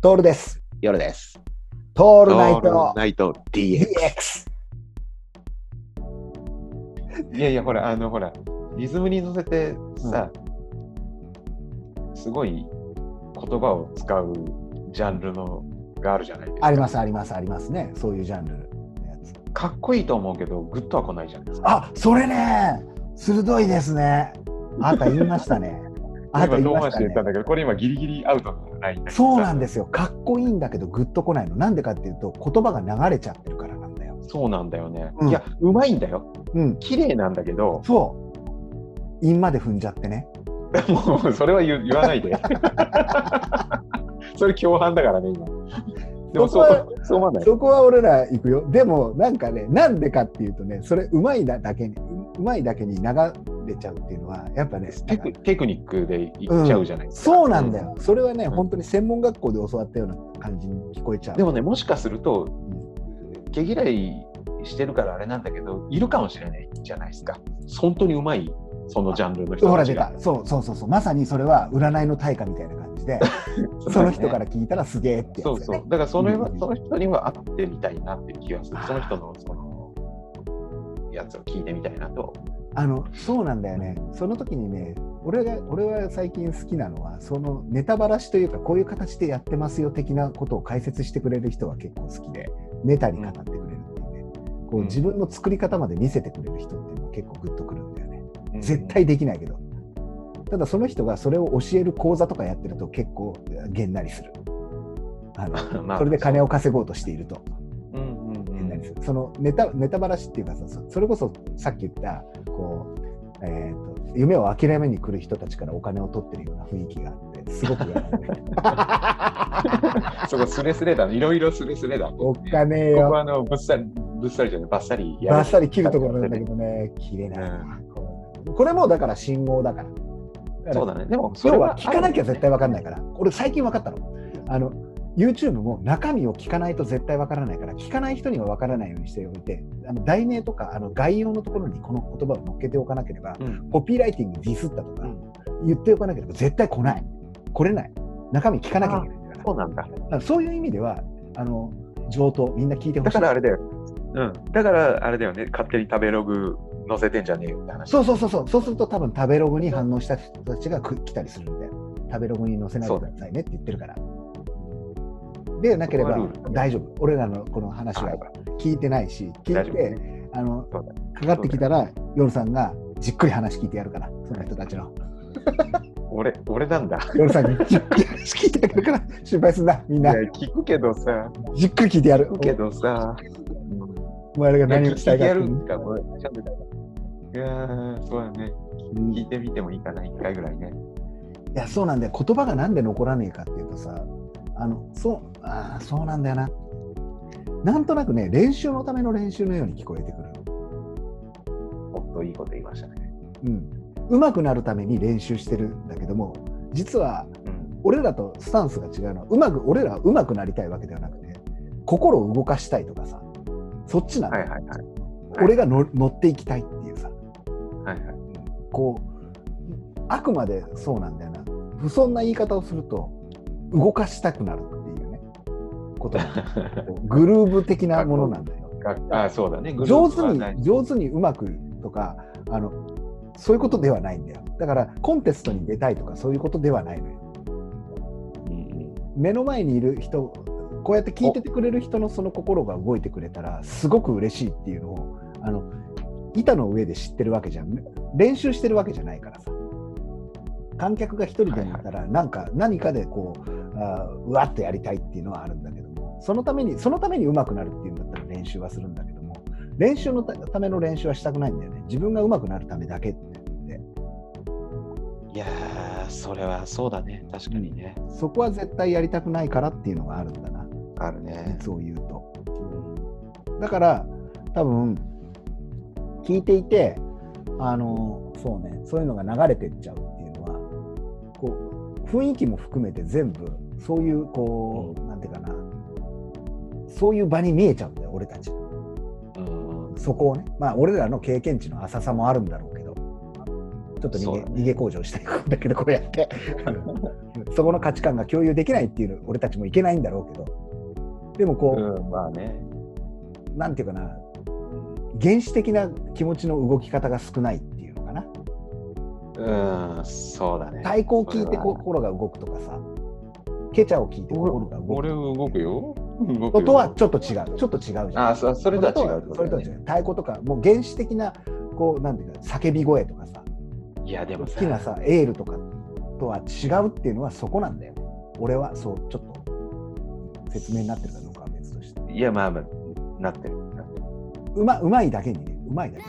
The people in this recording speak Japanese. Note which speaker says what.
Speaker 1: トールです。
Speaker 2: 夜です。
Speaker 1: ト
Speaker 2: オ
Speaker 1: ールナイト
Speaker 2: ナイト DX。
Speaker 1: DX。
Speaker 2: いやいや、ほら、あの、ほら、リズムに乗せてさ、すごい言葉を使うジャンルのがあるじゃないですか。
Speaker 1: ありますありますありますね。そういうジャンルのやつ。
Speaker 2: かっこいいと思うけど、グッとは来ないじゃないですか。
Speaker 1: あ、それね、鋭いですね。あなた言いましたね。あなた
Speaker 2: 今、
Speaker 1: 言い
Speaker 2: ロー
Speaker 1: ま
Speaker 2: マ
Speaker 1: し
Speaker 2: ンしたて言
Speaker 1: ね
Speaker 2: った。んだけど、これ今、ギリギリアウトのラインだけどさ
Speaker 1: そうなんですよ。かっこいいんだけど、グッと来ないの。なんでかっていうと、言葉が流れちゃってるからなんだよ。
Speaker 2: そうなんだよね。
Speaker 1: うん
Speaker 2: いや、うまいんだよ。
Speaker 1: うん。
Speaker 2: 綺麗なんだけど、
Speaker 1: そう。陰まで踏んじゃってね。
Speaker 2: もう、それは言う言わな いで。それ、共犯だからね、今。でも、
Speaker 1: そこ
Speaker 2: そ
Speaker 1: は
Speaker 2: う、そう思わない。
Speaker 1: そこは俺ら行くよ。でも、なんかね、なんでかっていうとね、それ、うまいだだけに、うまいだけに流れちゃうっていうのは、やっぱね、
Speaker 2: テクテクニックでいっちゃうじゃないですか。
Speaker 1: そうなんだよ。それはね、
Speaker 2: うん
Speaker 1: 本当に専門学校で教わったような感じに聞こえちゃう。
Speaker 2: でもね、もしかすると、毛嫌いしてるからあれなんだけど、いるかもしれないじゃないですか。本当にうまい、そのジャンルの人
Speaker 1: ほら
Speaker 2: た
Speaker 1: 出
Speaker 2: ちが
Speaker 1: た。。そうそうそうそう。まさにそれは占いの対価みたいな感じで、
Speaker 2: そう
Speaker 1: その人か
Speaker 2: ね
Speaker 1: ら聞いたらすげえってやつだよ
Speaker 2: そう
Speaker 1: ね。
Speaker 2: そう。だからそれは、
Speaker 1: うん
Speaker 2: その人には会ってみたいなっていう気がする
Speaker 1: あ。ー
Speaker 2: その人の、その、やつを聞いてみたいなと。
Speaker 1: あのそうなんだよね。その時にね、俺が俺は最近好きなのはそのネタばらしというかこういう形でやってますよ的なことを解説してくれる人は結構好きで、メタに語ってくれるっていうね。こう
Speaker 2: うん
Speaker 1: 自分の作り方まで見せてくれる人っていうのは結構グッとくるんだよね。絶対できないけど、ただその人がそれを教える講座とかやってると結構げんなりするあの
Speaker 2: うん。 まあ
Speaker 1: それで金を稼ごうとしていると
Speaker 2: うんうん
Speaker 1: げ
Speaker 2: うん
Speaker 1: なんりする、そのネタネタばらしっていうかさそそれこそさっき言ったこう、えー、と夢を諦めに来る人たちからお金を取ってるような雰囲気があってすごく嫌なん だよね
Speaker 2: そこスレスレだね。いろいろスレスレだね。
Speaker 1: お
Speaker 2: こ
Speaker 1: 金
Speaker 2: こ
Speaker 1: よ
Speaker 2: はあのぶっさり、ぶっさりじゃない、ばっさりやる
Speaker 1: ばっさり切るところなんだけどね切れないな、これもだから信号だからだか
Speaker 2: そ
Speaker 1: ら
Speaker 2: うだね。でも、それ
Speaker 1: 要
Speaker 2: は
Speaker 1: は聞かなきゃ絶対わかんないから、俺、最近分かったの。あの YouTube も中身を聞かないと絶対わからないから、聞かない人にはわからないようにしておいて、あの題名とかあの概要のところにこの言葉を載っけておかなければ、
Speaker 2: うん
Speaker 1: コピーライティングディスったとか、
Speaker 2: うん
Speaker 1: 言っておかなければ絶対来ない、来れない、中身聞かなきゃいけないんだから
Speaker 2: そうなんだ。、
Speaker 1: だからそういう意味では、あの上等、みんな聞いてほ
Speaker 2: だ
Speaker 1: しい。
Speaker 2: からあれだよ。うん。だからあれだよね。勝手に食べログ載せてんじゃねえよって話。
Speaker 1: そうそうそうそう、そうすると多分食べログに反応した人たちがく来たりするんで、食べログに載せないでくださいねって言ってるから。でなければ
Speaker 2: そこはルール
Speaker 1: 大丈夫、俺らのこの話は聞いてないし、聞
Speaker 2: 大
Speaker 1: い
Speaker 2: 丈夫だ
Speaker 1: て、
Speaker 2: ね。
Speaker 1: あの
Speaker 2: そうだ
Speaker 1: かかってきたら、夜さんがじっくり話聞いてやるから、その人たちの。
Speaker 2: 俺、俺なん だ。
Speaker 1: 夜さんにじっくり話聞いてやるから、心配すんな、みん
Speaker 2: い
Speaker 1: な
Speaker 2: や、、聞くけどさ、
Speaker 1: じっくり聞いてやる
Speaker 2: 聞く。けどさ、うん
Speaker 1: お前らが
Speaker 2: い
Speaker 1: 何
Speaker 2: や聞
Speaker 1: を
Speaker 2: い
Speaker 1: した
Speaker 2: て
Speaker 1: いか
Speaker 2: や
Speaker 1: って
Speaker 2: るんか、これ。ちゃんといやー、そうだね。
Speaker 1: うん
Speaker 2: 聞いてみてもいいかな、一回ぐらいね。
Speaker 1: いやそうなんだよ言葉がなんで残らねえかっていうとさあのそうあーそうなんだよななんとなくね練習のための練習のように聞こえてくる
Speaker 2: ほんといいこと言いましたね。
Speaker 1: うん上手くなるために練習してるんだけども実は
Speaker 2: うん。
Speaker 1: 俺らとスタンスが違うのはうまく俺らは上手くなりたいわけではなくて心を動かしたいとかさそっちなの、
Speaker 2: はいはいはい。い
Speaker 1: 俺がの乗っていきたいっていうさ
Speaker 2: はいはい。
Speaker 1: こうあくまでそうなんだよな不遜な言い方をすると動かしたくなるっていうねことなんだよグルーブ的なものなんだよ
Speaker 2: ああ、そうだね。グル
Speaker 1: 上
Speaker 2: ー
Speaker 1: 手
Speaker 2: プは大
Speaker 1: に上手にうまくとかあのそういうことではないんだよだからコンテストに出たいとかそういうことではないのよ
Speaker 2: うん
Speaker 1: 目の前にいる人こうやって聞いててくれる人のその心が動いてくれたらすごく嬉しいっていうのをあの板の上で知ってるわけじゃん練習してるわけじゃないからさ観客が一人でもいたらなんか何かでこうあーうわっとやりたいっていうのはあるんだけどもそのためにそのために上手くなるっていうんだったら練習はするんだけども練習のたための練習はしたくないんだよね自分が上手くなるためだけって
Speaker 2: うんいやー、それはそうだね。確かにね。
Speaker 1: そこは絶対やりたくないからっていうのがあるんだな
Speaker 2: あるね。
Speaker 1: 実を言うと。
Speaker 2: うん
Speaker 1: だから多分聞いていてあのそうねそういうのが流れてっちゃうっていうのはこう雰囲気も含めて全部そういうこう、なんていうかなそういう場に見えちゃうんだよ俺たち
Speaker 2: うん
Speaker 1: そこをねまあ俺らの経験値の浅さもあるんだろうけどちょっと逃
Speaker 2: そう
Speaker 1: げ,、
Speaker 2: だね
Speaker 1: 逃げ工場していくんだけどこうやってそ そこの価値観が共有できないっていう俺たちもいけないんだろうけどでもこう、
Speaker 2: うん、まあね。
Speaker 1: なんていうかな原始的な気持ちの動き方が少ないっていうのかな
Speaker 2: うん、そうだね。
Speaker 1: 太鼓を聞いてこ
Speaker 2: それは
Speaker 1: 心が動くとかさケチャを聞いて心が動
Speaker 2: 俺
Speaker 1: く
Speaker 2: も動くよ。動くよ
Speaker 1: とはちょっと違うちょっと違うじゃん
Speaker 2: あそ、それとは違うって
Speaker 1: そ
Speaker 2: こ
Speaker 1: れと
Speaker 2: と
Speaker 1: は
Speaker 2: だ
Speaker 1: 違
Speaker 2: ね。
Speaker 1: う太鼓とかもう原始的なこうなんていうか叫び声とかさ
Speaker 2: いや、で
Speaker 1: 好
Speaker 2: もさ
Speaker 1: き、なさエールとかとは違うっていうのはそこなんだよね俺はそうちょっと説明になってるかどうかは別として
Speaker 2: いや、まあ、まあなってる。なってる
Speaker 1: うまうまいだけにねうまいだけ